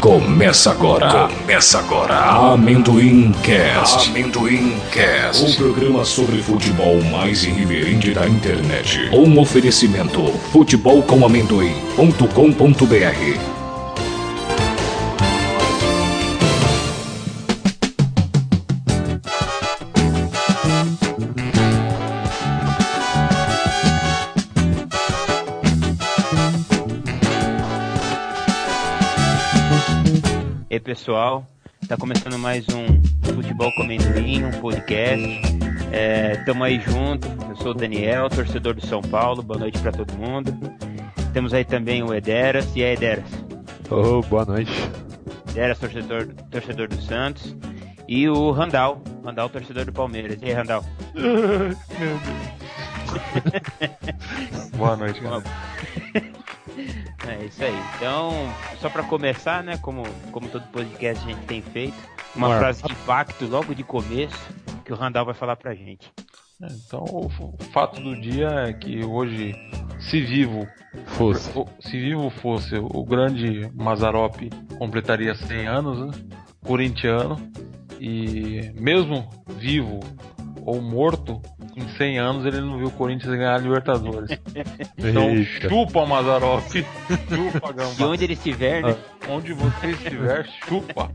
Começa agora. Começa agora. Amendoim Cast. Amendoim Cast. O programa sobre futebol mais irreverente da internet. Um oferecimento: futebolcomamendoim.com.br. Ei pessoal, tá começando mais um Futebol Comendoim, um podcast. É, tamo aí junto, eu sou o Daniel, torcedor do São Paulo, boa noite pra todo mundo. Temos aí também o Ederas, e aí Ederas, Oh, boa noite. Ederas torcedor, torcedor do Santos, e o Randal, Randal torcedor do Palmeiras. E aí Randal, Boa noite, galera. é isso aí. Então, só pra começar, né, como, como todo podcast a gente tem feito, uma Bora. frase de impacto logo de começo, que o Randal vai falar pra gente. É, Então, o f- o fato do dia é que hoje, se vivo, Fosse. fo- se vivo fosse o grande Mazarop, completaria 100 anos, né? corintiano, e mesmo vivo ou morto, em 100 anos ele não viu o Corinthians ganhar a Libertadores. Então, Eita. chupa Mazarop, chupa E Gambá. onde ele estiver, né? Onde você estiver, chupa.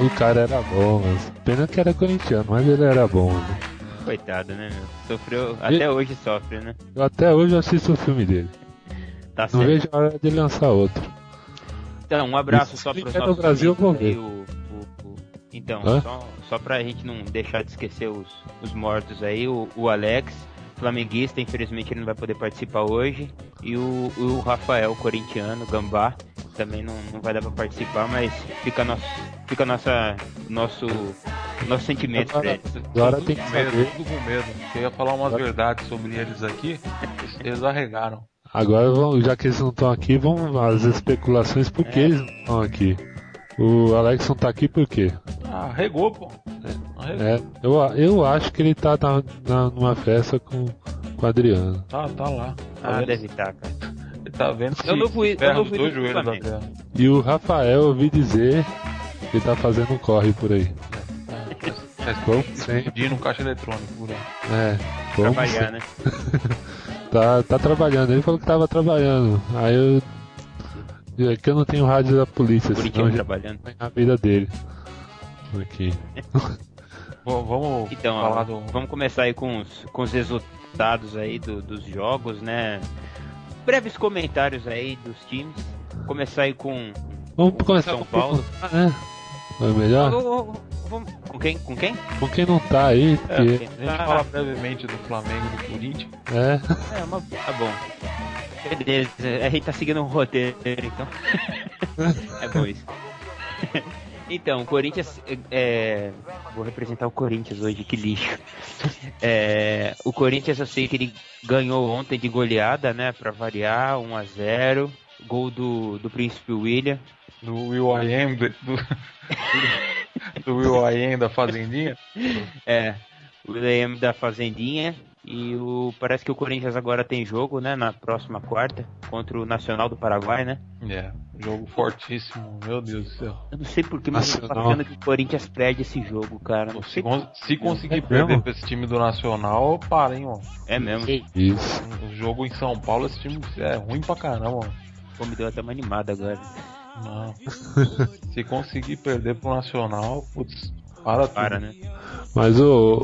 O cara era bom, mas. Pena que era corintiano, mas ele era bom. né? Coitado, né, meu? Sofreu, até hoje sofre, né? Eu até hoje assisto o filme dele. Tá Não certo. vejo a hora de lançar outro. Então, um abraço Se só ele pros vier no nossos Brasil, eu vou ouvintes ver. aí, o- o- o- Então, Hã? só, só pra gente não deixar de esquecer os, os mortos aí, o, o Alex, flamenguista, infelizmente ele não vai poder participar hoje, e o, o Rafael, corintiano, gambá, também não, não vai dar pra participar, mas fica nosso fica nossa nosso nosso sentimento pra Agora, eles. agora Tudo tem que com medo, saber. tudo com medo. Eu ia falar umas verdades sobre eles aqui, eles arregaram. Agora, vão- já que eles não estão aqui, vamos às especulações por que É. eles não estão aqui. O Alex não tá aqui por quê? Ah, regou, pô. Arregou. É, eu, a- eu acho que ele tá na, na- numa festa com, com o Adriano. Tá, tá lá. Tá Ah, vendo? deve estar, cara. Ele tá vendo se Eu não fui- eu ferra não os fui dois do joelhos da Flamengo. terra. E o Rafael, eu ouvi dizer que tá fazendo um corre por aí. É, Como sempre. Pedir no caixa eletrônico, por aí. É, Pra como variar, né? Tá, tá trabalhando, ele falou que tava trabalhando. Aí eu. É que eu não tenho rádio da polícia, senão Curitiba eu já trabalhando. põe na vida dele. Aqui. Bom, vamos Então, ó, falar do. vamos começar aí com os, com os resultados aí do- dos jogos, né? Breves comentários aí dos times. Começar aí com Vamos começar São com Paulo. Ah, né? É melhor? Ô, ô, ô, vamos- com quem? Com quem? Ah, Com quem não tá aí, É, porque. a gente fala brevemente do Flamengo e do Corinthians. É. É, uma- tá bom. Beleza, a gente tá seguindo um roteiro, então. é bom isso. Então, o Corinthians. é, vou representar o Corinthians hoje, que lixo. É, o Corinthians, eu sei que ele ganhou ontem de goleada, né? Pra variar, 1x0. Gol do, do Príncipe William. Do Will I Am, do, do- do Will I Am da Fazendinha. É, o William da Fazendinha. E o, parece que o Corinthians agora tem jogo, né? Na próxima quarta, contra o Nacional do Paraguai, né? É, jogo fortíssimo, meu Deus do céu. Eu não sei porque, mas eu tô Nacional. achando que o Corinthians perde esse jogo, cara. Não Se, sei- con- se conseguir É perder mesmo? pra esse time do Nacional, para, hein, ó. É mesmo, Isso. O jogo em São Paulo, esse time é ruim pra caramba, ó. pô, me deu até uma animada agora. Não. Se conseguir perder pro Nacional, putz, para tudo. Para, né? Mas o,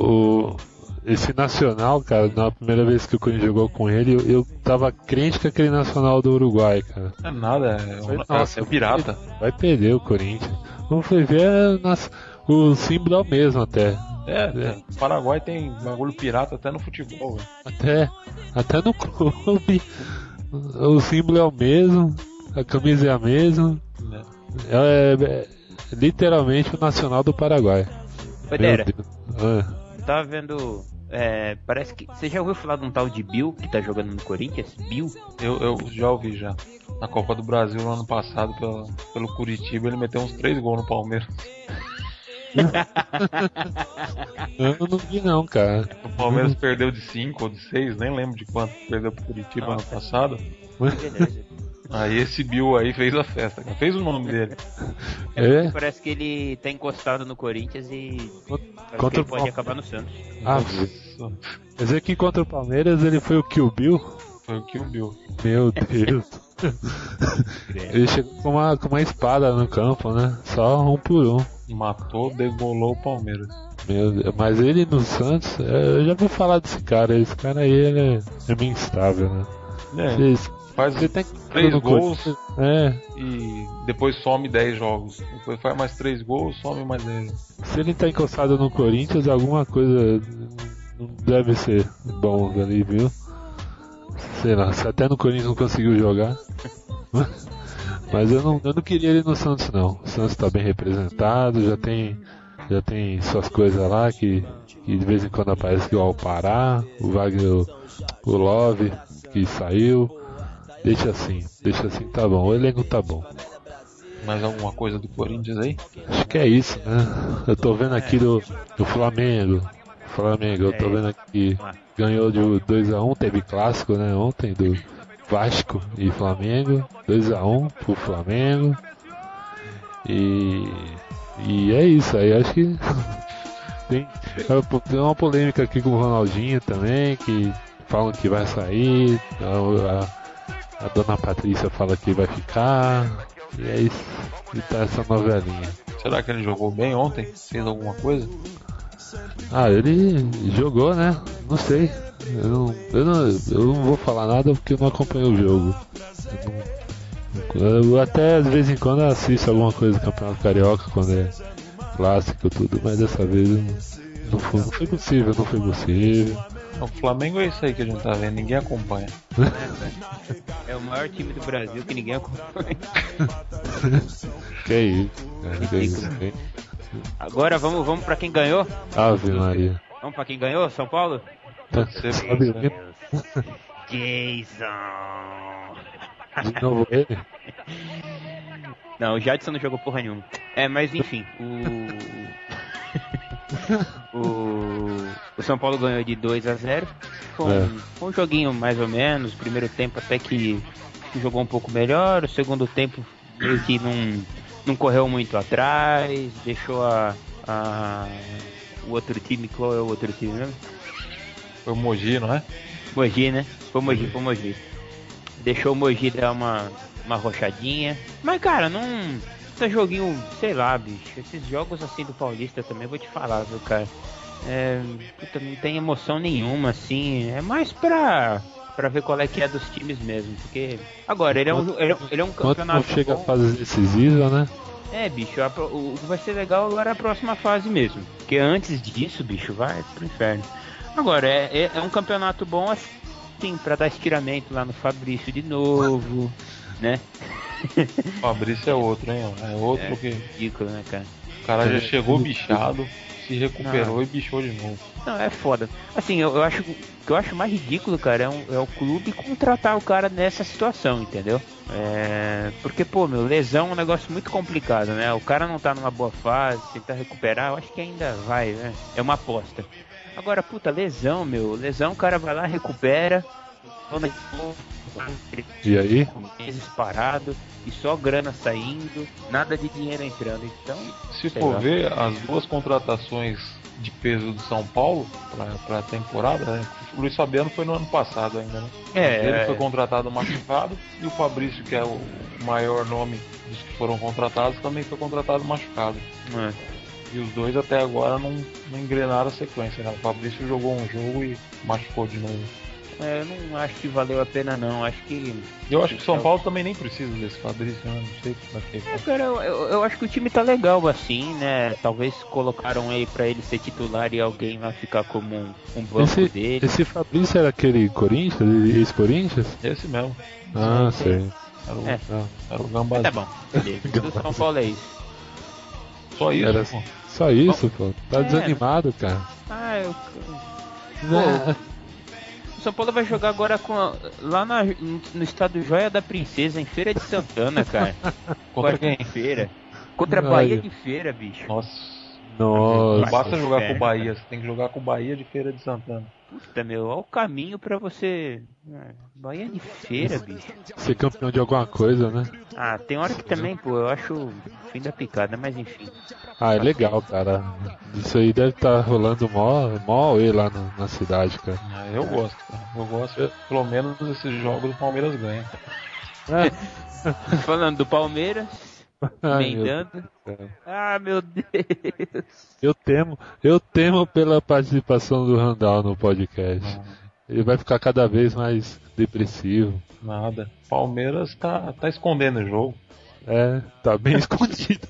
o- Esse Nacional, cara, na primeira vez que o Corinthians jogou com ele, eu, eu tava crente com aquele Nacional do Uruguai, cara. Não é nada, é, um, Nossa, é pirata. Vai perder o Corinthians. Vamos ver, é nas, o símbolo é o mesmo até. É, o Paraguai tem bagulho pirata até no futebol. velho. Até, até no clube. O símbolo é o mesmo, a camisa é a mesma. É. É, é, literalmente o Nacional do Paraguai. Ô, Dera, Meu Deus. Ah, tava vendo. é, parece que. Você já ouviu falar de um tal de Bill que tá jogando no Corinthians? Bill? Eu, eu já ouvi já. Na Copa do Brasil no ano passado, pelo, pelo Curitiba, ele meteu uns três gols no Palmeiras. É. eu não vi não, cara. O Palmeiras Ah, é. perdeu de cinco ou de seis, nem lembro de quanto perdeu pro Curitiba ano Nossa. passado. Beleza. Aí esse Bill aí fez a festa, cara. fez o nome dele. É? Parece que ele tá encostado no Corinthians e parece contra que o ele pode Palmeiras. acabar no Santos. Ah, quer dizer que contra o Palmeiras ele foi o Kill Bill? Foi o Kill Bill. Meu Deus. ele chegou com uma, com uma espada no campo, né? Só um por um. Matou, degolou o Palmeiras. Meu Deus. Mas ele no Santos, é, eu já ouvi falar desse cara. Esse cara aí ele é, é meio instável, né? É, Ele, faz ele tem três no gols Corinthians, É, e depois some 10 jogos. Depois faz mais três gols, some mais 10. se ele tá encostado no Corinthians, alguma coisa não deve ser bom ali, viu? Sei lá, se até no Corinthians não conseguiu jogar. Mas eu não, eu não queria ele no Santos não. O Santos tá bem representado, já tem. Já tem suas coisas lá que, que de vez em quando aparece que é o Alpará, o Wagner, o, o Love, que saiu. Deixa assim, deixa assim, tá bom. O elenco tá bom. Mais alguma coisa do Corinthians aí? Acho que é isso, né? Eu tô vendo aqui do, do Flamengo. Flamengo, eu tô vendo aqui. Ganhou de 2x1, teve clássico, né? Ontem do Vasco e Flamengo. 2x1 pro Flamengo. E. E é isso aí, acho que. tem, tem uma polêmica aqui com o Ronaldinho também, que falam que vai sair. A, a- a dona Patrícia fala que vai ficar. E é isso. E tá essa novelinha. Será que ele jogou bem ontem? Fez alguma coisa? Ah, ele jogou, né? Não sei. Eu não, eu não, eu não vou falar nada porque eu não acompanho o jogo. Eu, não- eu até de vez em quando assisto alguma coisa do Campeonato Carioca, quando é clássico e tudo, mas dessa vez eu não, não foi, não foi possível, não foi possível. O Flamengo é isso aí que a gente tá vendo, ninguém acompanha. É o maior time do Brasil que ninguém acompanha. Que isso, cara, que isso, hein? Agora vamos, vamos pra quem ganhou? Ave Maria. Tá, Vamos pra quem ganhou? São Paulo? Pode ser. Sobe o hino, Jason! né, de novo ele. Não, o Jadson não jogou porra nenhuma. É, mas enfim, o. o... o São Paulo ganhou de 2 a 0 Foi um, foi um joguinho mais ou menos. Primeiro tempo até que jogou um pouco melhor. O segundo tempo meio que não, não correu muito atrás. Deixou a. a- O outro time, qual é o outro time mesmo? Foi o Mogi, não é? Mogi, né? Foi Mogi, foi Mogi. Deixou o Mogi dar uma, uma rochadinha. Mas, cara, não. Tá joguinho, sei lá, bicho. Esses jogos assim do Paulista também, eu vou te falar, viu, cara. É, puta, não tem emoção nenhuma, assim. É mais pra. Pra ver qual é que é dos times mesmo, porque. Agora, ele é um, ele é um- ele é um Quanto não campeonato. chega a bom. fase decisiva, né? É, bicho, a pro- o que vai ser legal agora é a próxima fase mesmo. Porque antes disso, bicho, vai pro inferno. Agora, é, é- é um campeonato bom assim, pra dar estiramento lá no Fabrício de novo, né? O Fabrício é outro, hein? ó. É outro É. que Ridículo, né, cara? o cara já chegou bichado, se recuperou e bichou de novo. Não, é foda. Assim, eu, eu acho que o que eu acho mais ridículo, cara, é, um- é o clube contratar o cara nessa situação, entendeu? É, porque, pô, meu, lesão é um negócio muito complicado, né? O cara não tá numa boa fase, tentar recuperar, eu acho que ainda vai, né? É uma aposta. Agora, puta, lesão, meu, lesão, o cara vai lá, recupera, volta de novo, E aí? meses parado, e só grana saindo, nada de dinheiro entrando. Então, Se Sei for lá. ver, as duas contratações de peso do São Paulo pra, pra temporada, né? o Luiz Fabiano foi no ano passado ainda, né? é. Ele foi contratado machucado e o Fabrício, que é o maior nome dos que foram contratados, também foi contratado machucado. é. E os dois até agora não, não engrenaram a sequência, né? O Fabrício jogou um jogo e machucou de novo. É, eu não acho que valeu a pena, não. Acho que. E eu acho que o São Paulo também nem precisa desse Fabrício, né? Não sei pra quê. É, cara, eu, eu- eu acho que o time tá legal assim, né? Talvez colocaram ele pra ele ser titular e alguém vai ficar como um, um banco Esse, dele. esse Fabrício era aquele Corinthians, ex-Corinthians? é. Esse mesmo. Ah, sei. Era o, É. Ah. era o Mas tá Gambazinho. bom, beleza. Do São Paulo é isso. Só isso, Era- pô. Só isso, pô. Tá É. desanimado, cara. Ah, eu. O São Paulo vai jogar agora com a- lá na- no estado Joia da Princesa, em Feira de Santana, cara. Contra quem? Quarta-feira. Contra a Ai. Bahia de Feira, bicho. Nossa. Não Nossa. basta jogar com Inferno. o Bahia, você tem que jogar com o Bahia de Feira de Santana. Puta, meu, olha o caminho pra você. Ah, Bahia de feira, bicho. Ser campeão de alguma coisa, né? Ah, tem hora que também, pô, eu acho o fim da picada, mas enfim. Ah, é legal, cara. Isso aí deve estar rolando mó, mó auê lá na- na cidade, cara. Ah, Eu gosto, cara. Eu gosto, pelo menos esses jogos o Palmeiras ganha. Falando do Palmeiras, Ai, meu emendando. Deus, cara. Ah, meu Deus. eu temo, eu temo pela participação do Randall no podcast. Ah. Ele vai ficar cada vez mais depressivo. Nada. Palmeiras tá, tá escondendo o jogo. É, tá bem escondido.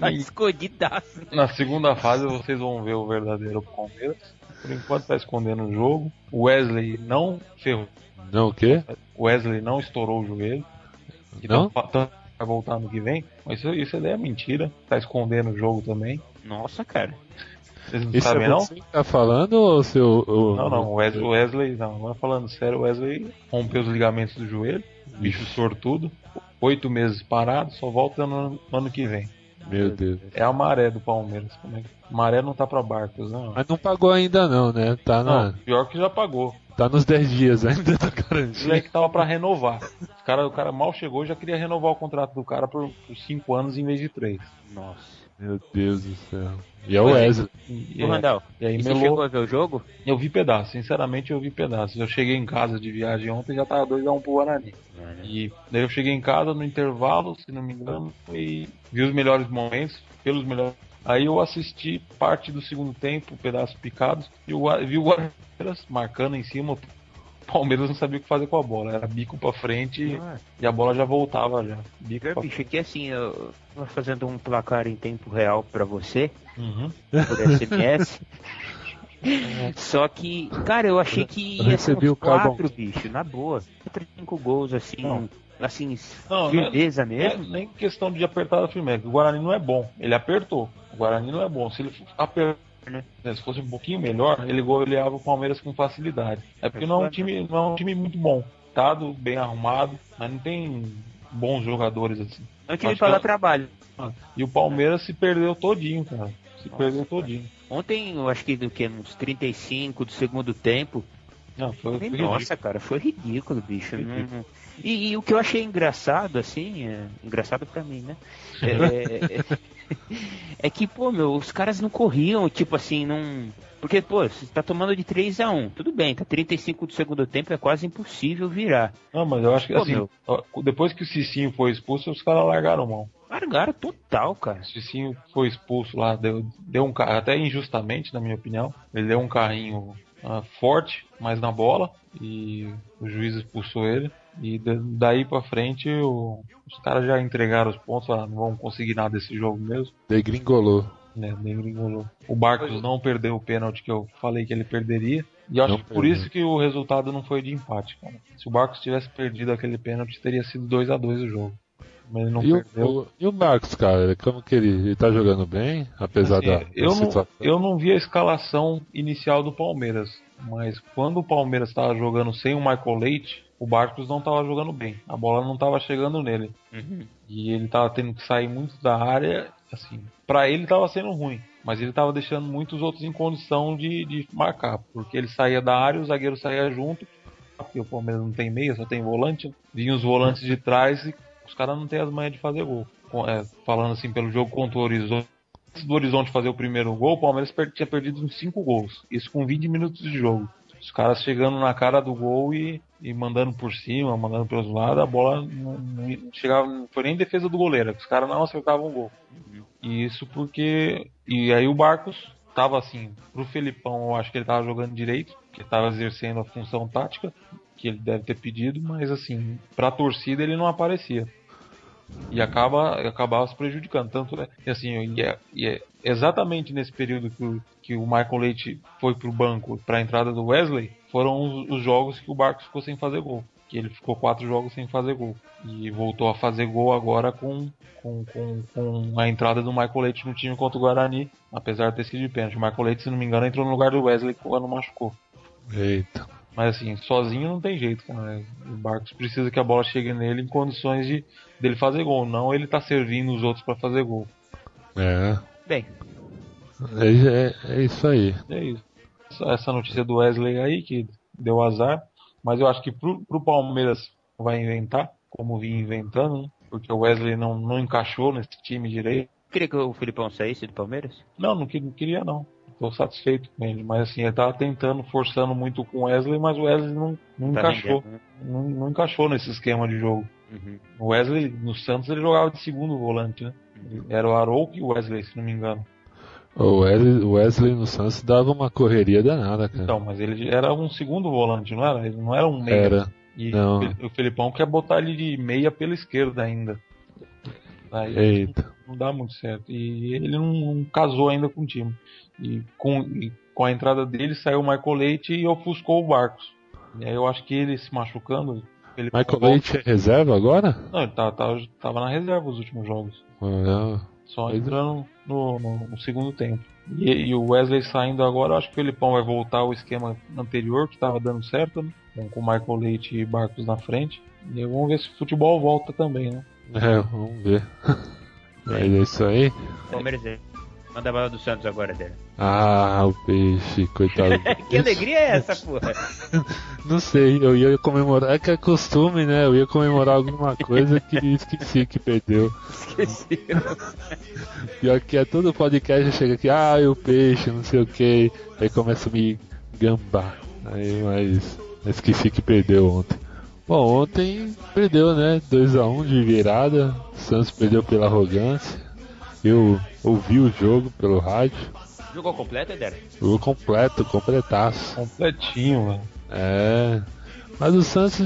Tá escondidaço. Na segunda fase vocês vão ver o verdadeiro Palmeiras. Por enquanto tá escondendo o jogo. O Wesley não ferrou. Não o quê? O Wesley não estourou o joelho. E Não? tá- tá- vai voltar no que vem. Mas isso, isso daí é mentira. Tá escondendo o jogo também. Nossa, cara. Vocês não Isso sabem é não? você que tá falando ou seu. o- Não, não, o Wes- o Wesley, não, agora falando sério, o Wesley rompeu os ligamentos do joelho, bicho sortudo, oito meses parado, só volta no ano, no ano que vem. Meu Deus. É a maré do Palmeiras. Como é que... Maré não tá pra barcos, não. Mas não pagou ainda Ah, não, né? Tá, na, Não, pior que já pagou. tá nos 10 dias ainda tá da O garantia. moleque tava pra renovar. Os cara, o cara mal chegou já queria renovar o contrato do cara por, por cinco anos em vez de três. Nossa. Meu Deus do céu. E é o Wesley. E, é. e- Ô, Randall, e aí e você melou. chegou a ver o jogo? Eu vi pedaço, sinceramente eu vi pedaços. Eu cheguei em casa de viagem ontem já tava 2x1 pro Guarani. E daí eu cheguei em casa no intervalo, se não me engano, e vi os melhores momentos, pelos melhores. Aí eu assisti parte do segundo tempo, pedaços picados, e o Gua- vi o Palmeiras marcando em cima. O Palmeiras não sabia o que fazer com a bola, era bico pra frente Ah, e a bola já voltava já. Bico pior, pra... bicho, aqui assim, eu tô fazendo um placar em tempo real pra você, Uhum. por SMS. Só que, cara, eu achei que Eu ia ser recebi uns o Carbon. quatro, bicho, na boa. Quatro, cinco gols, assim, Não. assim, Não, firmeza Não é mesmo. né? nem questão de apertar a firmeza, que o Guarani não é bom. Ele apertou. O Guarani não é bom. Se ele f- aper- né, Se fosse um pouquinho melhor, ele goleava o Palmeiras com facilidade. É porque não é um time, não é um time muito bom. Tado, bem arrumado, mas não tem bons jogadores assim. Não tive acho pra que dar eu- trabalho. E o Palmeiras se perdeu todinho, cara. Se Nossa, perdeu cara. todinho. Ontem, eu acho que do que? Uns 35 do segundo tempo. Não, foi, foi Nossa, cara, foi ridículo, bicho. Não- Ridículo. não- E, e o que eu achei engraçado, assim, é- engraçado pra mim, né? É, é que, pô, meu, os caras não corriam, tipo assim, não. Porque, pô, você tá tomando de 3 a 1 tudo bem, tá 35 do segundo tempo, é quase impossível virar. Não, mas eu acho que Pô, assim, meu. ó, depois que o Cicinho foi expulso, os caras largaram a mão. Largaram total, cara. O Cicinho foi expulso lá, deu, deu um carro, até injustamente, na minha opinião. Ele deu um carrinho ah, forte, mas na bola, e o juiz expulsou ele. E da- daí pra frente o- os caras já entregaram os pontos, falaram, não vamos conseguir nada desse jogo mesmo. Degringolou. Né, nem gringolou. O Barcos não perdeu o pênalti que eu falei que ele perderia. E eu acho é. Não que por perdeu. isso que o resultado não foi de empate, cara. Se o Barcos tivesse perdido aquele pênalti, teria sido 2 a 2 o jogo. Mas ele não E o, perdeu. o- e o Marcos, cara, como que ele, ele tá jogando bem, apesar Assim, da, da eu, não, situação? eu não vi a escalação inicial do Palmeiras, mas quando o Palmeiras estava jogando sem o Michael Leite, o Barcos não estava jogando bem. A bola não estava chegando nele. E ele estava tendo que sair muito da área. Assim, para ele estava sendo ruim, mas ele estava deixando muitos outros em condição de, de marcar, porque ele saía da área, o zagueiro saía junto. Porque o Palmeiras não tem meia, só tem volante. Vinham os volantes de trás e os caras não têm as manhas de fazer gol. Com- é, falando assim, pelo jogo contra o Horizonte antes do Horizonte fazer o primeiro gol, o Palmeiras per- tinha perdido uns 5 gols. Isso com 20 minutos de jogo. Os caras chegando na cara do gol e, e mandando por cima, mandando pelos lados, a bola não, não chegava, não foi nem defesa do goleiro, é que os caras não acertavam o gol. E isso porque. E aí o Barcos tava assim, pro Felipão eu acho que ele tava jogando direito, que tava exercendo a função tática, que ele deve ter pedido, mas assim, pra torcida ele não aparecia e acaba acabava se prejudicando tanto é e assim e é, e é exatamente nesse período que o, que o Michael Leite foi pro banco para a entrada do Wesley foram os, os jogos que o Barcos ficou sem fazer gol que ele ficou quatro jogos sem fazer gol e voltou a fazer gol agora com com, com, com a entrada do Michael Leite no time contra o Guarani apesar de ter sido de pênalti o Michael Leite se não me engano entrou no lugar do Wesley quando machucou Eita. mas assim, sozinho não tem jeito, cara. O Barcos precisa que a bola chegue nele em condições de dele fazer gol, não ele tá servindo os outros pra fazer gol. É. Bem, É, é, é isso aí. É isso. Essa- Essa notícia do Wesley aí que deu azar, mas eu acho que pro, pro Palmeiras vai inventar, como vinha inventando, né? porque o Wesley não, não encaixou nesse time direito. queria que o Filipão saísse do Palmeiras? Não, não, que- não queria não. Estou satisfeito com ele, mas assim, ele tava tentando, forçando muito com o Wesley, mas o Wesley não, não Tá encaixou. rendendo, né? Não, não encaixou nesse esquema de jogo. Uhum. O Wesley, no Santos, ele jogava de segundo volante, né? Era o Arouca e o Wesley, se não me engano. O Wesley, o Wesley no Santos dava uma correria danada, cara. Então, mas ele era um segundo volante, não era? Ele não era um meia. Era. E Não. o Fel- o Felipão quer botar ele de meia pela esquerda ainda. Aí Eita. não dá muito certo. E ele não, não casou ainda com o time. E com, e com a entrada dele saiu o Michael Leite e ofuscou o Barcos. E aí eu acho que ele se machucando. o Felipão Michael volta- Leite é reserva agora? Não, ele tava, tava, tava na reserva os últimos jogos. Ah, Só Pois é. entrando no, no- no segundo tempo. E, e o Wesley saindo agora, eu acho que o Felipão vai voltar ao esquema anterior que estava dando certo, né? Com- Com o Michael Leite e Barcos na frente. E aí vamos ver se o futebol volta também, né? É, vamos ver. Mas é isso aí. Palmeiras é. Manda a bala do Santos agora, dele. Ah, o peixe, coitado. Que alegria é essa, porra? Não sei, eu ia comemorar, é que é costume, né? Eu ia comemorar alguma coisa que esqueci que perdeu. Esqueci. Pior que é todo podcast eu chego aqui, ah, e o peixe, não sei o que. Aí começa a me gambar. Aí, mas esqueci que perdeu ontem. Bom, ontem perdeu, né? 2x1 de virada. O Santos perdeu pela arrogância. Eu ouvi o jogo pelo rádio. Jogou completo, Eder? Jogo completo, completaço. Completinho, velho. É. Mas o Santos,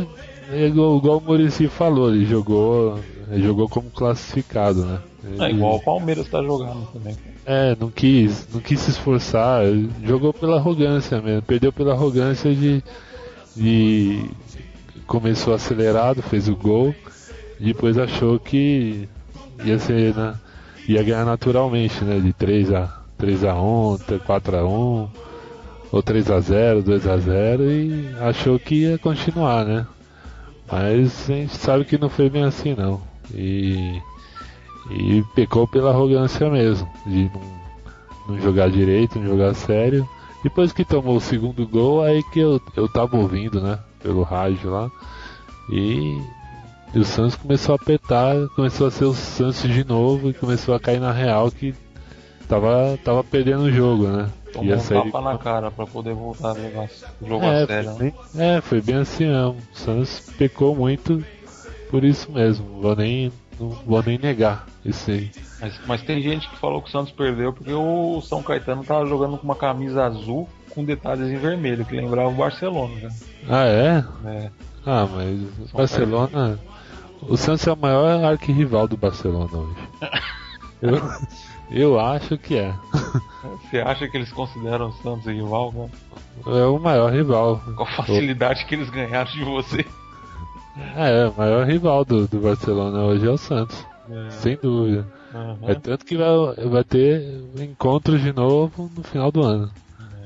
é igual, igual o Murici falou, ele jogou, ele jogou como classificado, né? É Ele- igual o Palmeiras tá jogando também. É, não quis, não quis se esforçar, jogou pela arrogância mesmo, perdeu pela arrogância de, de começou acelerado, fez o gol, e depois achou que ia ser na- ia ganhar naturalmente, né, de 3 a 3 a 1, 4 a 1, ou 3 a 0, 2 a 0 e achou que ia continuar, né? Mas a gente sabe que não foi bem assim não. E e pecou pela arrogância mesmo, de não, não jogar direito, não jogar sério. Depois que tomou o segundo gol, aí que eu, eu tava ouvindo, né? Pelo rádio lá. E, e o Santos começou a apertar, começou a ser o Santos de novo e começou a cair na real que tava, tava perdendo o jogo, né? Tomou Ia um sair tapa na cara pra poder voltar a levar o jogo é, a sério. Foi né? bem, é, foi bem assim mesmo. O Santos pecou muito por isso mesmo. Não vou nem, não vou nem negar isso aí. Mas, mas tem gente que falou que o Santos perdeu porque o São Caetano tava jogando com uma camisa azul com detalhes em vermelho, que lembrava o Barcelona, Ah, é? né? Ah, mas o Barcelona. O Santos é o maior arquirrival do Barcelona hoje. Eu, eu acho que é. Você acha que eles consideram o Santos rival, né? É o maior rival. Com a facilidade que eles ganharam de você. É, o maior rival do, do Barcelona hoje é o Santos. Sem dúvida. Aham. É tanto que vai, vai ter encontros de novo no final do ano.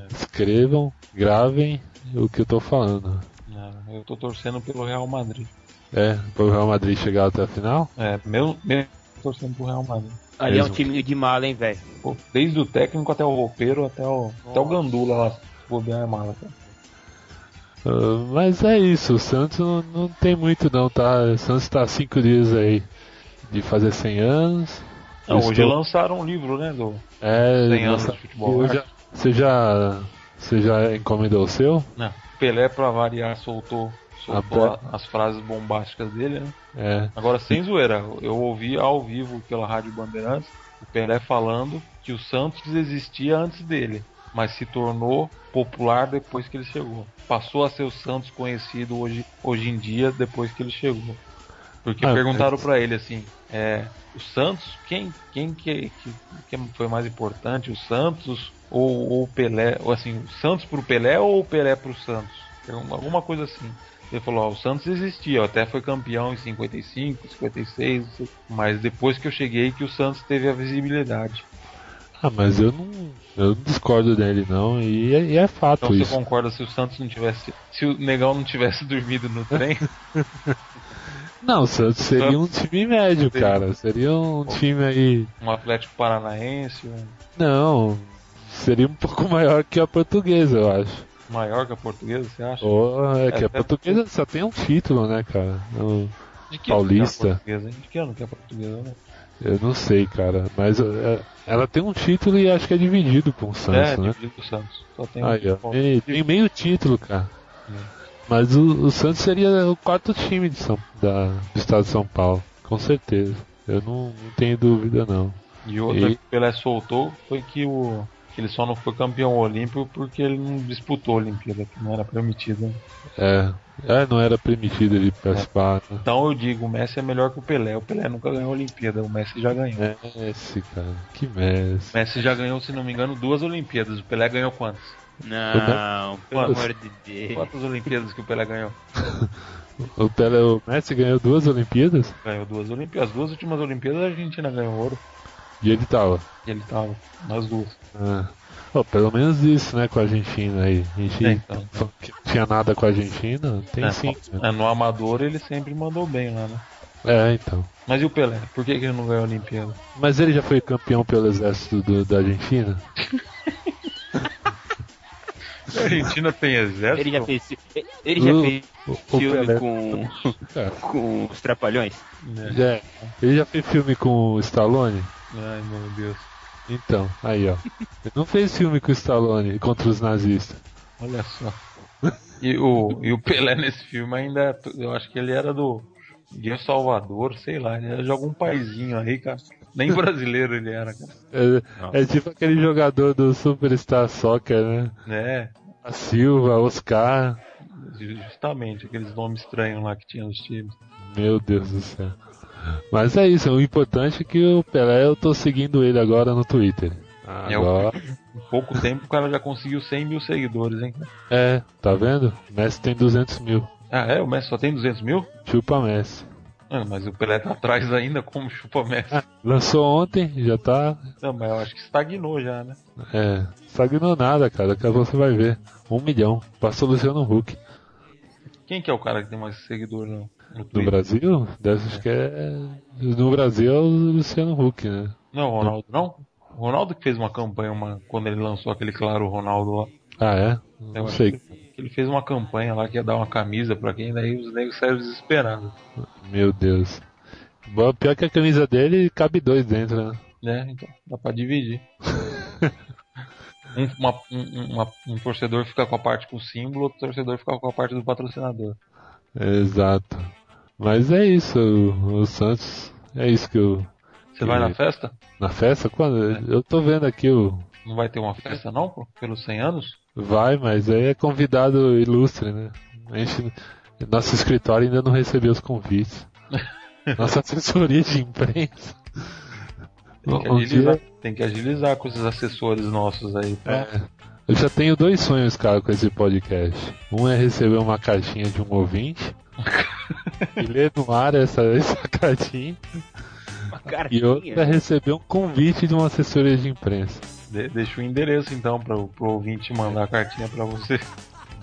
É. Escrevam, gravem o que eu tô falando. É, Eu tô torcendo pelo Real Madrid. É, pro Real Madrid chegar até a final? É, mesmo, mesmo torcendo pro Real Madrid. Ali é um Mesmo. time de mala, hein, velho? Pô, desde o técnico até o roupeiro, até o, até o Gandula lá. Vou bem né? armada, cara. Ah, mas é isso, o Santos não, não tem muito não, tá? O Santos tá há 5 dias aí de fazer 100 anos. Não, Eu hoje estou- lançaram um livro, né, do É, 100 anos nossa, de futebol, eu né? já- Você já, você já encomendou o seu? Não, Pelé, pra variar, soltou, soltou Ah, a- as frases bombásticas dele, né? É, Agora, sem zoeira, eu ouvi ao vivo pela Rádio Bandeirantes o Pelé falando que o Santos existia antes dele, mas se tornou popular depois que ele chegou. Passou a ser o Santos conhecido hoje, hoje em dia, depois que ele chegou. Porque Ah, perguntaram mas- pra ele assim: é, o Santos, quem, quem que, que, que foi mais importante? O Santos ou, ou o Pelé? Ou assim, o Santos pro Pelé ou o Pelé pro Santos? Pergun- Alguma coisa assim. Ele falou, ó, o Santos existia, ó, até foi campeão em 55, 56, não sei, mas depois que eu cheguei que o Santos teve a visibilidade. ah, mas eu não, eu não discordo dele não, e é, e é fato Então você isso. concorda se o Santos não tivesse, se o Negão não tivesse dormido no trem, Não, o Santos seria um time médio, cara. Seria um time aí. Um Atlético Paranaense, um Não, seria um pouco maior que a portuguesa, eu acho. maior que a portuguesa, você acha? Ou é que É, a portuguesa só tem um título, né, cara? Não- De que ano que é a Paulista. portuguesa, hein? De que ano que é a portuguesa, né? eu não sei, cara. Mas é, ela tem um título e acho que é dividido com o É, Santos, né? dividido com o Santos. Só tem Aí, ó. Bom, Tem, tem meio título, cara. Mas o, o Santos seria o quarto time de São, da, do estado de São Paulo, com certeza. Eu não, não tenho dúvida, não. E outra E- que o Pelé soltou foi que o que ele só não foi campeão olímpico porque ele não disputou a Olimpíada, que não era permitido. né? É, é não era permitido ele participar. né? Então eu digo, o Messi é melhor que o Pelé. O Pelé nunca ganhou a Olimpíada, o Messi já ganhou. né? Messi, cara, que O Messi. Messi já ganhou, se não me engano, duas Olimpíadas. O Pelé ganhou quantas? Não, pelo Quantos? amor de Deus. Quantas Olimpíadas que o Pelé ganhou? O, Pelé, o Messi ganhou duas Olimpíadas Ganhou duas Olimpíadas. As duas últimas Olimpíadas a Argentina ganhou ouro. e ele tava. E ele tava nas duas. Ah, pô, pelo menos isso, né, com a Argentina aí. A gente É, então. falou que não tinha nada com a Argentina, tem É, sim. né? É, no Amador ele sempre mandou bem lá, né? É, então. Mas e o Pelé? Por que, que ele não ganhou a Olimpíada? Mas ele já foi campeão pelo exército do- da Argentina? A Argentina tem exército? Ele já fez, ele já O- fez O, o filme Uh, Pelé- com, Cara, com os Trapalhões. É. já- ele já fez filme com o Stallone? Ai, meu Deus. Então, aí ó. Ele não fez filme com o Stallone contra os nazistas. Olha só. E o, e o Pelé nesse filme ainda, eu acho que ele era do de El Salvador, sei lá, ele era de algum paizinho aí, cara. Nem brasileiro ele era, cara. É, é tipo aquele jogador do Superstar Soccer, né? Né? A Silva, Oscar. Justamente, aqueles nomes estranhos lá que tinha nos times. Meu Deus do céu. Mas é isso, o importante é que o Pelé eu tô seguindo ele agora no Twitter. É o- Agora. Em pouco tempo o cara já conseguiu 100 mil seguidores, hein? cara? É, tá vendo? Messi tem 200 mil. Ah, é? O Messi só tem 200 mil? Chupa Messi. Ah, mas o Pelé tá atrás ainda como chupa Messi. Lançou ontem, já tá. Não, mas eu acho que estagnou já, né? É, estagnou nada, cara. Daqui a pouco você vai ver. Um milhão. Passou o Luciano Huck. Quem que é o cara que tem mais seguidor no, no No Twitter? Brasil? Deve acho que é. No Brasil é o Luciano Huck, né? Não, o Ronaldo não? O Ronaldo que fez uma campanha uma, quando ele lançou aquele Claro Ronaldo lá. Ah, é? Eu Não acho sei. que Ele fez uma campanha lá que ia dar uma camisa pra quem, daí os negros saíram desesperados. Meu Deus. Bom, pior que a camisa dele cabe dois dentro, né? Né? Então, dá pra dividir. um, uma- um- uma- um torcedor fica com a parte com o símbolo, outro torcedor fica com a parte do patrocinador. Exato. Mas é isso, o, o Santos. É isso que eu. Você vai E- na festa? Na festa, quando. Eu tô vendo aqui o. Não vai ter uma festa não, pô? Pelos 100 anos? Vai, mas aí é convidado ilustre, né? A gente, nosso escritório ainda não recebeu os convites. Nossa assessoria de imprensa. Tem que Um agilizar, dia- tem que agilizar com esses assessores nossos aí. tá? Pra... É. Eu já tenho dois sonhos, cara, com esse podcast. Um é receber uma caixinha de um ouvinte e ler no ar essa, essa caixinha. Uma cartinha. E outro é receber um convite de uma assessoria de imprensa. De- deixa o endereço então para o ouvinte mandar a cartinha pra você.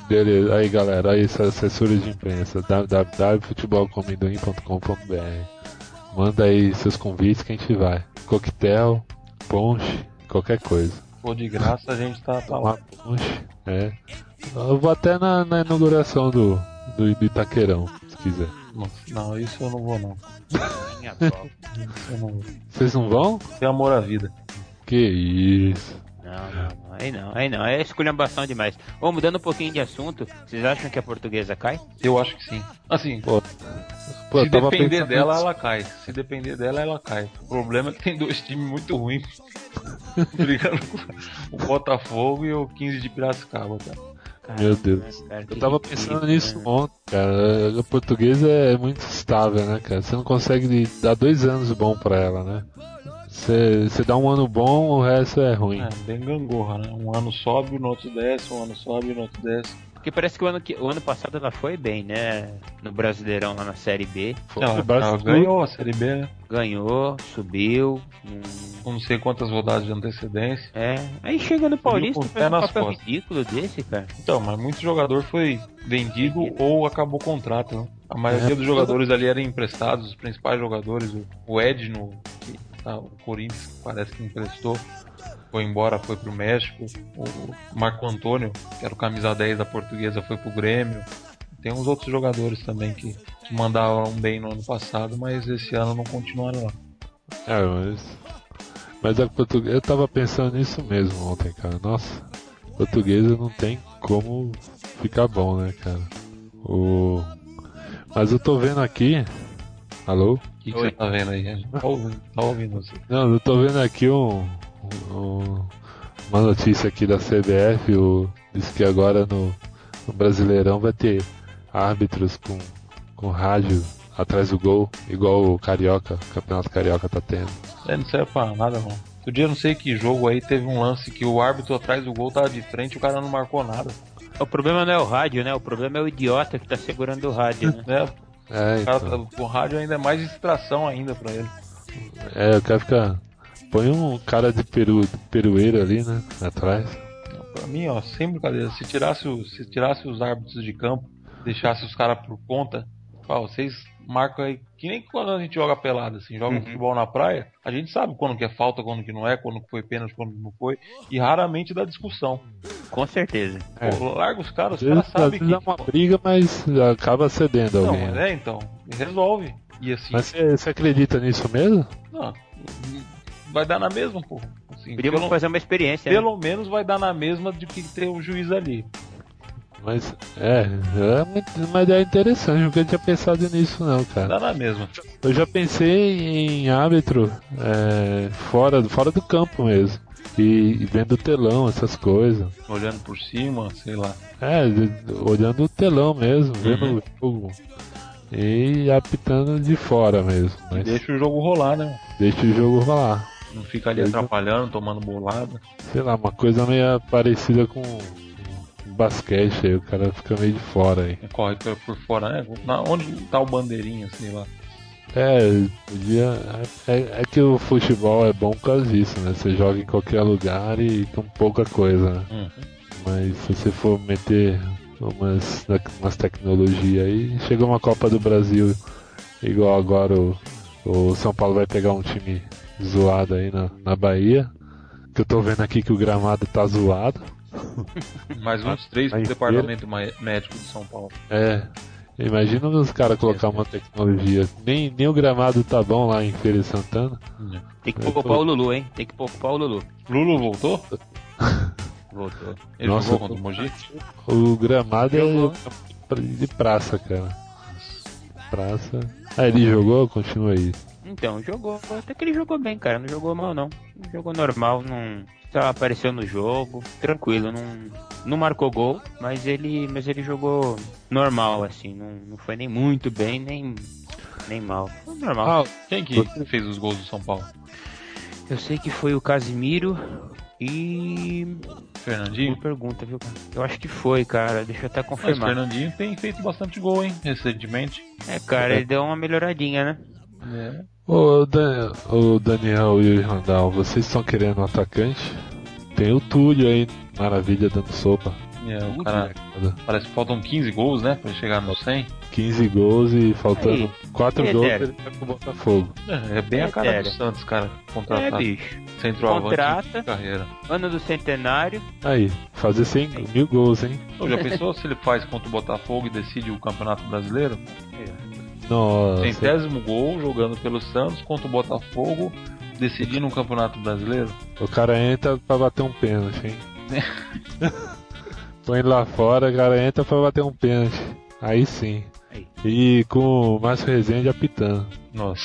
Beleza, aí galera, aí essa assessoria de imprensa, www.futebolcomendoim.com.br Manda aí seus convites que a gente vai. Coquetel, ponche, qualquer coisa. Pô, de graça a gente tá, tá lá. Tomar ponche, é. Eu vou até na, na inauguração do, do, do Itaquerão, se quiser. Não, não, isso eu não vou não. Minha avó. Isso eu não vou. Vocês não vão? Tem amor à vida. Que isso. Não, não, não. Aí não, aí não. É esculhambação demais. Ô, mudando um pouquinho de assunto, vocês acham que a portuguesa cai? Eu acho que sim. Assim, Pô, se eu tava depender pensando dela, nisso. ela cai. Se depender dela, ela cai. O problema é que tem dois times muito ruins. Brigando com o Botafogo e o 15 de Piracicaba, cara. Meu Deus. Cara, que Eu tava ridículo, pensando né? nisso ontem, cara. A portuguesa é muito estável, né, cara? Você não consegue dar dois anos bom pra ela, né? Você você dá um ano bom, o resto é ruim. É, bem gangorra, né? Um ano sobe, no outro desce, um ano sobe, no outro desce. Porque parece que o ano, que, o ano passado ela foi bem, né? No Brasileirão, lá na Série B. Foi. Não, O ela Brasil- ganhou a Série B, né? Ganhou, subiu. hum, Com não sei quantas rodadas de antecedência. É. Aí chega no Paulista, com o faz pé um nas papel costas. ridículo desse, cara. Então, mas muito jogador foi vendido ou acabou o contrato, né? A maioria dos jogadores ali eram emprestados, os principais jogadores, o- o Edno, que tá, o Corinthians parece que emprestou, foi embora, foi pro México, o Marco Antônio, que era o camisa 10 da portuguesa, foi pro Grêmio. Tem uns outros jogadores também que, que mandavam bem no ano passado, mas esse ano não continuaram lá. É, mas. Mas a portuguesa. Eu tava pensando nisso mesmo ontem, cara. Nossa, portuguesa não tem como ficar bom, né, cara? O... Mas eu tô vendo aqui. Alô? O que que você tá vendo aí? gente? Tá ouvindo, tá ouvindo você. Não, eu tô vendo aqui um, um- uma notícia aqui da CBF, o, diz que agora no, no Brasileirão vai ter árbitros com, com rádio atrás do gol, igual o Carioca, o Campeonato Carioca tá tendo. É, não serve pra nada, não. Outro dia, não sei que jogo aí, teve um lance que o árbitro atrás do gol tava de frente e o cara não marcou nada. O problema não é o rádio, né? O problema é o idiota que tá segurando o rádio, né? Né? É, O, cara, então, tá- o rádio ainda é mais distração ainda pra ele. tá. é, eu quero ficar. Põe um cara de peru, perueiro ali, né? Atrás. Pra mim, ó, sem brincadeira, se tirasse, o- se tirasse os árbitros de campo, deixasse os caras por conta, ó, vocês marcam aí, que nem quando a gente joga pelada, assim, joga Uhum. futebol na praia, a gente sabe quando que é falta, quando que não é, quando que foi pênalti, quando que não foi, e raramente dá discussão. Com certeza. É. Pô, larga os caras, Às os caras vezes, às sabem vezes é que. uma briga, mas acaba cedendo Não, alguém. mas né? é, então, resolve. E assim, Mas você você acredita nisso mesmo? Não, vai dar na mesma, pô. Assim, Podíamos pelo, fazer uma experiência, né? pelo menos vai dar na mesma de que ter o juiz ali. Mas é, é muito- uma ideia interessante, nunca tinha pensado nisso não, cara. Dá na mesma. Eu já pensei em árbitro é, fora, fora do campo mesmo. E, e vendo o telão, essas coisas. Olhando por cima, sei lá. É, de- olhando o telão mesmo, vendo o jogo. E apitando de fora mesmo. E Mas deixa... deixa o jogo rolar, né? o jogo rolar. Não fica ali Pois é. atrapalhando, tomando bolada. Sei lá, uma coisa meio parecida com com basquete aí, o cara fica meio de fora aí. Corre por, por fora, né? Na- onde tá o bandeirinha, sei lá. É, podia. É, é que o futebol é bom por causa disso, né? Você joga em qualquer lugar e com pouca coisa, né? Hum. Mas se você for meter umas, umas tecnologias aí, chega uma Copa do Brasil, igual agora o, o São Paulo vai pegar um time zoado aí na, na Bahia. Que eu tô vendo aqui que o gramado tá zoado. Mais uns três Aí do departamento mai- médico de São Paulo. É. Imagina os caras colocar uma tecnologia. Nem, nem o gramado tá bom lá em Feira de Santana. Tem que Eu poupar tô- o Lulu, hein? Tem que poupar o Lulu. Lulu voltou? Voltou. Ele Nossa, jogou contra o Mogi? O gramado Jogou. é de praça, cara. Praça. Ah, ele jogou? Continua aí. Então, jogou. Até que ele jogou bem, cara. Não jogou mal, não. Jogou normal, não. Só apareceu no jogo, tranquilo, não, não marcou gol, mas ele, mas ele jogou normal, assim, não, não foi nem muito bem, nem, nem mal. Foi normal. Ah, Quem que fez os gols do São Paulo? Eu sei que foi o Casimiro e. Boa Fernandinho? pergunta, viu, cara? Eu acho que foi, cara. Deixa eu até Mas o confirmar. Fernandinho tem feito bastante gol, hein? Recentemente. É, cara, ele deu uma melhoradinha, né? É. ô, Dan... ô Daniel e o Randall, vocês estão querendo um atacante? Tem o Túlio aí, maravilha, dando sopa. É, o Tudo, cara, parece que faltam 15 gols, né? Pra chegar no 100. 15 gols e faltando 4 e gols Eder? ele vai pro Botafogo. É, é bem a cara do Sério. Santos, cara. É, Contratar bicho. centroavante Contrata, de carreira. ano do centenário. Aí, fazer 100 mil gols, hein? Ô, já pensou se ele faz contra o Botafogo e decide o Campeonato Brasileiro? Nossa, Centésimo gol jogando pelo Santos contra o Botafogo, decidindo o Campeonato Brasileiro. o cara entra pra bater um pênalti, hein? Põe lá fora, o cara entra pra bater um pênalti. Aí sim. Aí. E com o Márcio Rezende apitando. É Nossa,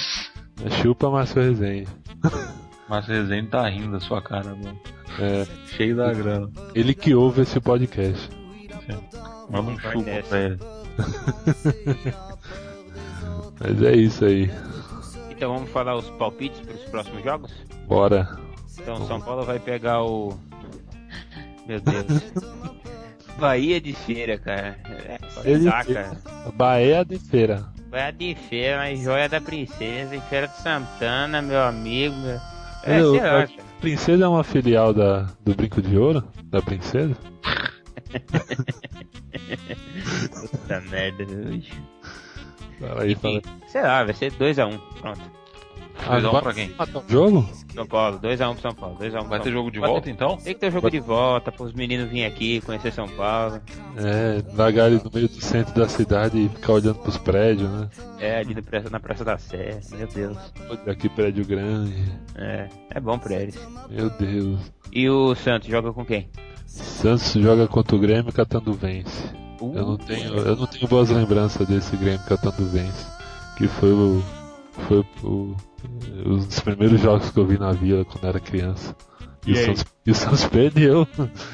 Chupa Márcio Rezende. Márcio Rezende tá rindo da sua cara, mano. É, Cheio da grana. ele que ouve esse podcast. Manda um Vai chupa nessa. pra ele. Mas é isso aí. Então vamos falar os palpites para os próximos jogos? Bora. Então São Paulo vai pegar o. Meu Deus. Bahia de feira, cara. Bahia de Saca. feira. Bahia de feira. Bahia de feira, mas joia da princesa, e feira de Santana, meu amigo. É, Olha, sei lá, a Princesa é uma filial da, do Brinco de Ouro? Da Princesa? Puta merda, hoje. Fala aí, fala aí. Sei lá, vai ser 2x1. Pronto. Ah, Dois a um vai- pra quem? Ah, tá um jogo? São Paulo, 2x1 pro São Paulo, 2x1 Vai ter jogo de Vai ter- volta então? Tem que ter um jogo de volta para os meninos virem aqui, conhecer São Paulo. É, largar ele no meio do centro da cidade e ficar olhando pros prédios, né? É, ali no praça- na Praça da Sé, meu Deus. Olha que prédio grande. É, é bom pra eles. Meu Deus. E o Santos joga com quem? Santos joga contra o Grêmio Catando vence. Uh, Eu não tenho, eu não tenho boas lembranças desse Grêmio Catando vence. Que foi o. Foi o, um dos primeiros jogos que eu vi na vila quando era criança. E, E o, aí? Santos, e o Santos perdeu.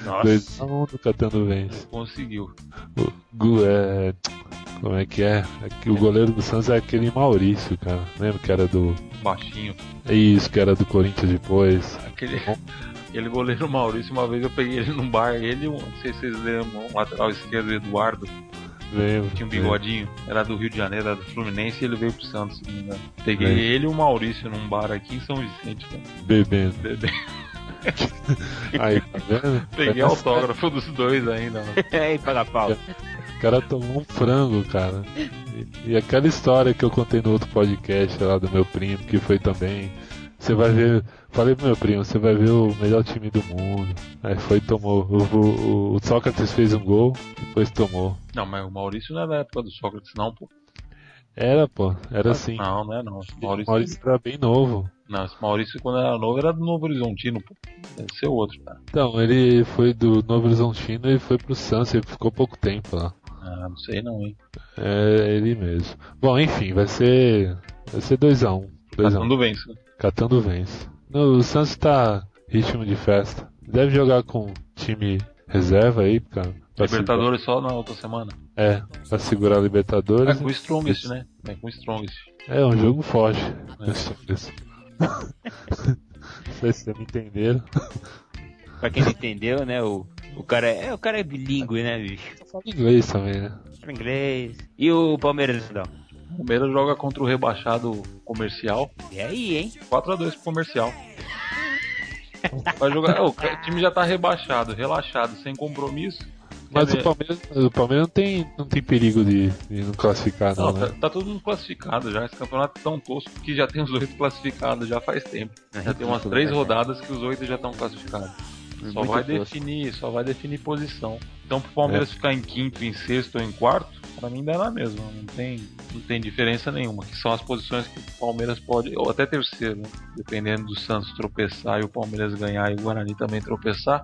Nossa, 2x1 do Catando vence. Conseguiu. O Gu- é, como é que é? É que O goleiro do Santos é aquele Maurício, cara. Lembra que era do. Baixinho. É isso, que era do Corinthians depois. Aquele, Tá aquele goleiro Maurício, uma vez eu peguei ele num bar, ele, e um- não sei se vocês lembram, um lateral esquerdo, Eduardo, Lembro. tinha um bigodinho, era do Rio de Janeiro, era do Fluminense, e ele veio pro Santos, se não me engano. Peguei É. ele e o Maurício num bar aqui em São Vicente, cara. Bebendo. Bebê. Aí, tá vendo? Peguei autógrafo dos dois ainda, mano. Ei, paga pau. O cara tomou um frango, cara. E, e aquela história que eu contei no outro podcast lá do meu primo, que foi também. Você vai ver. Falei pro meu primo, você vai ver o melhor time do mundo. Aí foi e tomou. O, o, o Sócrates fez um gol, depois tomou. Não, mas o Maurício não é da época do Sócrates, não, pô. Era, pô, era assim. Não, não é não. Esse Maurício, Maurício... Maurício era bem novo. Não, esse Maurício quando era novo era do Novo Horizontino, pô. Deve ser outro, cara. Então, ele foi do Novo Horizontino e foi pro Santos, ele ficou pouco tempo lá. Ah, não sei não, hein. É ele mesmo. Bom, enfim, vai ser. Vai ser 2x1. Mas 2x1. quando vence. Catando vence. No, o Santos tá ritmo de festa. Deve jogar com time reserva aí, cara. pra Libertadores só na outra semana. segurar- É, pra segurar a Libertadores. É com o Strongest, né? É com o Strongest. É um jogo forte. É. Não sei se vocês me entenderam. Pra quem não entendeu, né? O, o cara é. é, O cara é bilíngue, né, bicho? Fala inglês também, né? Fala Inglês. E o Palmeiras então? não. O Palmeiras joga contra o rebaixado comercial. E aí, hein? 4x2 pro comercial. Vai jogar. Ô, o time já tá rebaixado, relaxado, sem compromisso. Mas Quer dizer, o É Palmeiras, o Palmeiras não, tem, não tem perigo de, de não classificar, não, não, né? tá, tá todo mundo classificado já. Esse campeonato é tão tosco que já tem os oito classificados já faz tempo. Já tem umas né, três rodadas que os oito já estão classificados. Só Muito vai tosco. definir, só vai definir posição. Então pro É. Palmeiras ficar em quinto, em sexto ou em quarto, pra mim dá na mesma. Não tem, não tem diferença nenhuma. Que são as posições que o Palmeiras pode. Ou até terceiro, né? dependendo do Santos tropeçar e o Palmeiras ganhar e o Guarani também tropeçar.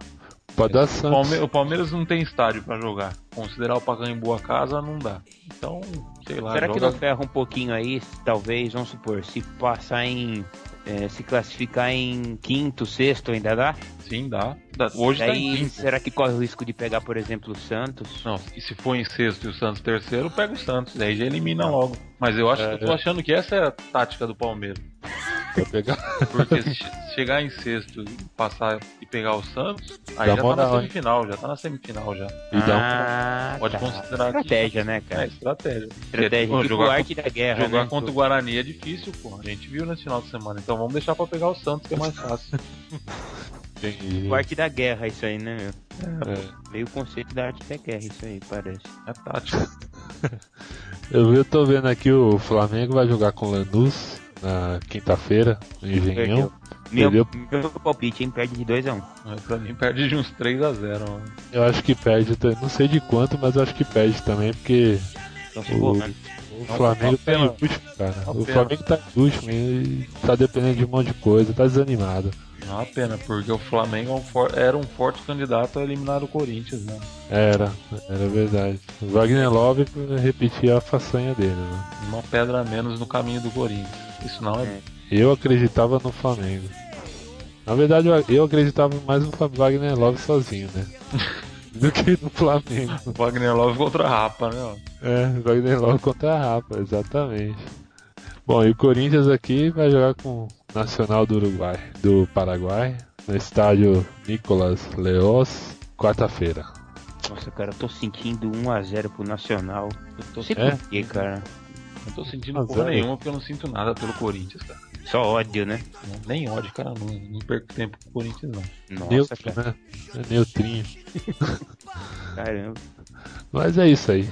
Pode dar O, Santos. Palme- o Palmeiras não tem estádio pra jogar. Considerar o Pacaembu a casa não dá. Então, sei lá, Será que joga- não ferra um pouquinho aí? Talvez, vamos supor, se passar em. eh, se classificar em quinto, sexto, ainda dá? sim dá. Dá. Hoje tá em Daí, quinto. será que corre o risco de pegar, por exemplo, o Santos? Não, e se for em sexto e o Santos terceiro, pega o Santos, aí já elimina logo. Mas eu acho É, eu tô é. achando que essa é a tática do Palmeiras. Pra pegar. Porque se che- chegar em sexto e passar e pegar o Santos, aí já Dá tá moral, na hein? semifinal, já tá na semifinal já. E dá um- ah, Então, Pode tá. considerar que- Estratégia, né, É cara? estratégia. Estratégia. Pô, tipo jogar arte da guerra. Jogar né? contra o Guarani é difícil, pô. A gente viu nesse final de semana. Então vamos deixar pra pegar o Santos, que é mais fácil. Entendi. Tipo arte da guerra, isso aí, né, meu? um É. Meio conceito da arte da guerra, isso aí, parece. É tática. Eu, eu tô vendo aqui o Flamengo vai jogar com o Lanús na quinta-feira, no Engenhão. Meu, Perdeu. meu palpite, hein? Perde de 2x1. Um. Mas pra mim perde de uns 3 a 0 mano. Eu acho que perde, tá- não sei de quanto, mas eu acho que perde também, porque Então se O- borrando. o Flamengo tá em pena. último, cara. Uma O pena. Flamengo tá em último e tá dependendo de um monte de coisa, tá desanimado. É uma pena, porque o Flamengo é um for- era um forte candidato a eliminar o Corinthians, né? Era, era verdade. O Wagner Love pra repetir a façanha dele, né? Uma pedra a menos no caminho do Corinthians. Isso não é. Eu acreditava no Flamengo. Na verdade, eu- eu acreditava mais no Fa- Wagner Love sozinho, né? Do que no Flamengo. O Wagner Love contra a Rapa, né? ó? É, Wagner Love contra a Rapa, exatamente. Bom, e o Corinthians aqui vai jogar com o Nacional do Uruguai, do Paraguai, no estádio Nicolas Leoz, quarta-feira. Nossa, cara, eu tô sentindo 1x0 pro Nacional. Eu tô, Sei sentindo, por quê, cara. não tô sentindo Mas porra é. nenhuma porque eu não sinto nada pelo Corinthians, cara. Só ódio, né? Não- Nem ódio, cara. Não, não perco tempo com o Corinthians, não. Nossa, Neutro, cara, né? É neutrinho. caramba. Mas é isso aí.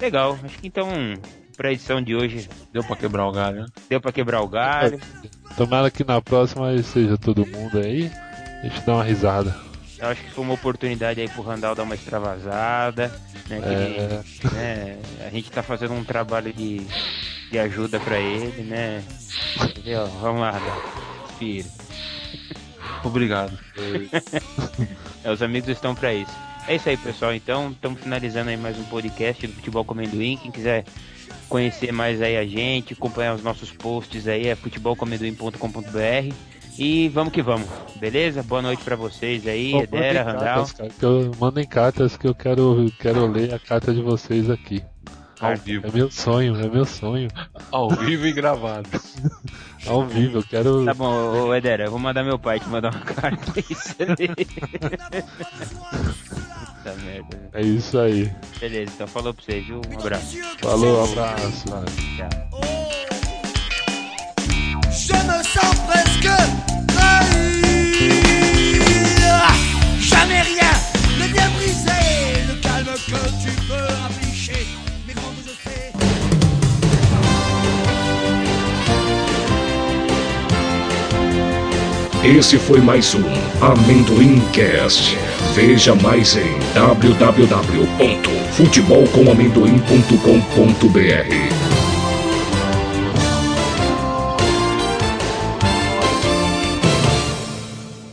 Legal, acho que então, pra edição de hoje, Deu pra quebrar o galho, né? deu pra quebrar o galho. Tomara que na próxima seja todo mundo aí. A gente dá uma risada. Eu acho que foi uma oportunidade aí pro Randall dar uma extravasada, né? que ele- né, a gente tá fazendo um trabalho de, de ajuda pra ele, né? Entendeu? Vamos lá, Randall. Respira. Obrigado. É, os amigos estão pra isso. É isso aí, pessoal. Então, estamos finalizando aí mais um podcast do Futebol Comendoim. Quem quiser conhecer mais aí a gente, acompanhar os nossos posts aí é futebolcomendoim.com.br. E vamos que vamos, beleza? Boa noite pra vocês aí, Pô, mandem Edera, Randall. cartas, cara, que eu, mandem cartas que eu quero, quero ler a carta de vocês aqui. Ao vivo. É meu sonho, é meu sonho. Ao vivo e gravado. Ao vivo, eu quero. Tá bom, ô, ô, Edera, eu vou mandar meu pai te mandar uma carta. aí, você lê. Puta merda. velho. É isso aí. Beleza, então falou pra vocês, viu? Um abraço. Falou, abraço. mano. Tchau. Je me sens presque trahi. Jamais rien ne vient briser le calme que tu peux afficher. Mais quand je sais. Esse foi mais um Amendoimcast. Veja mais em www.futebolcomamendoim.com.br.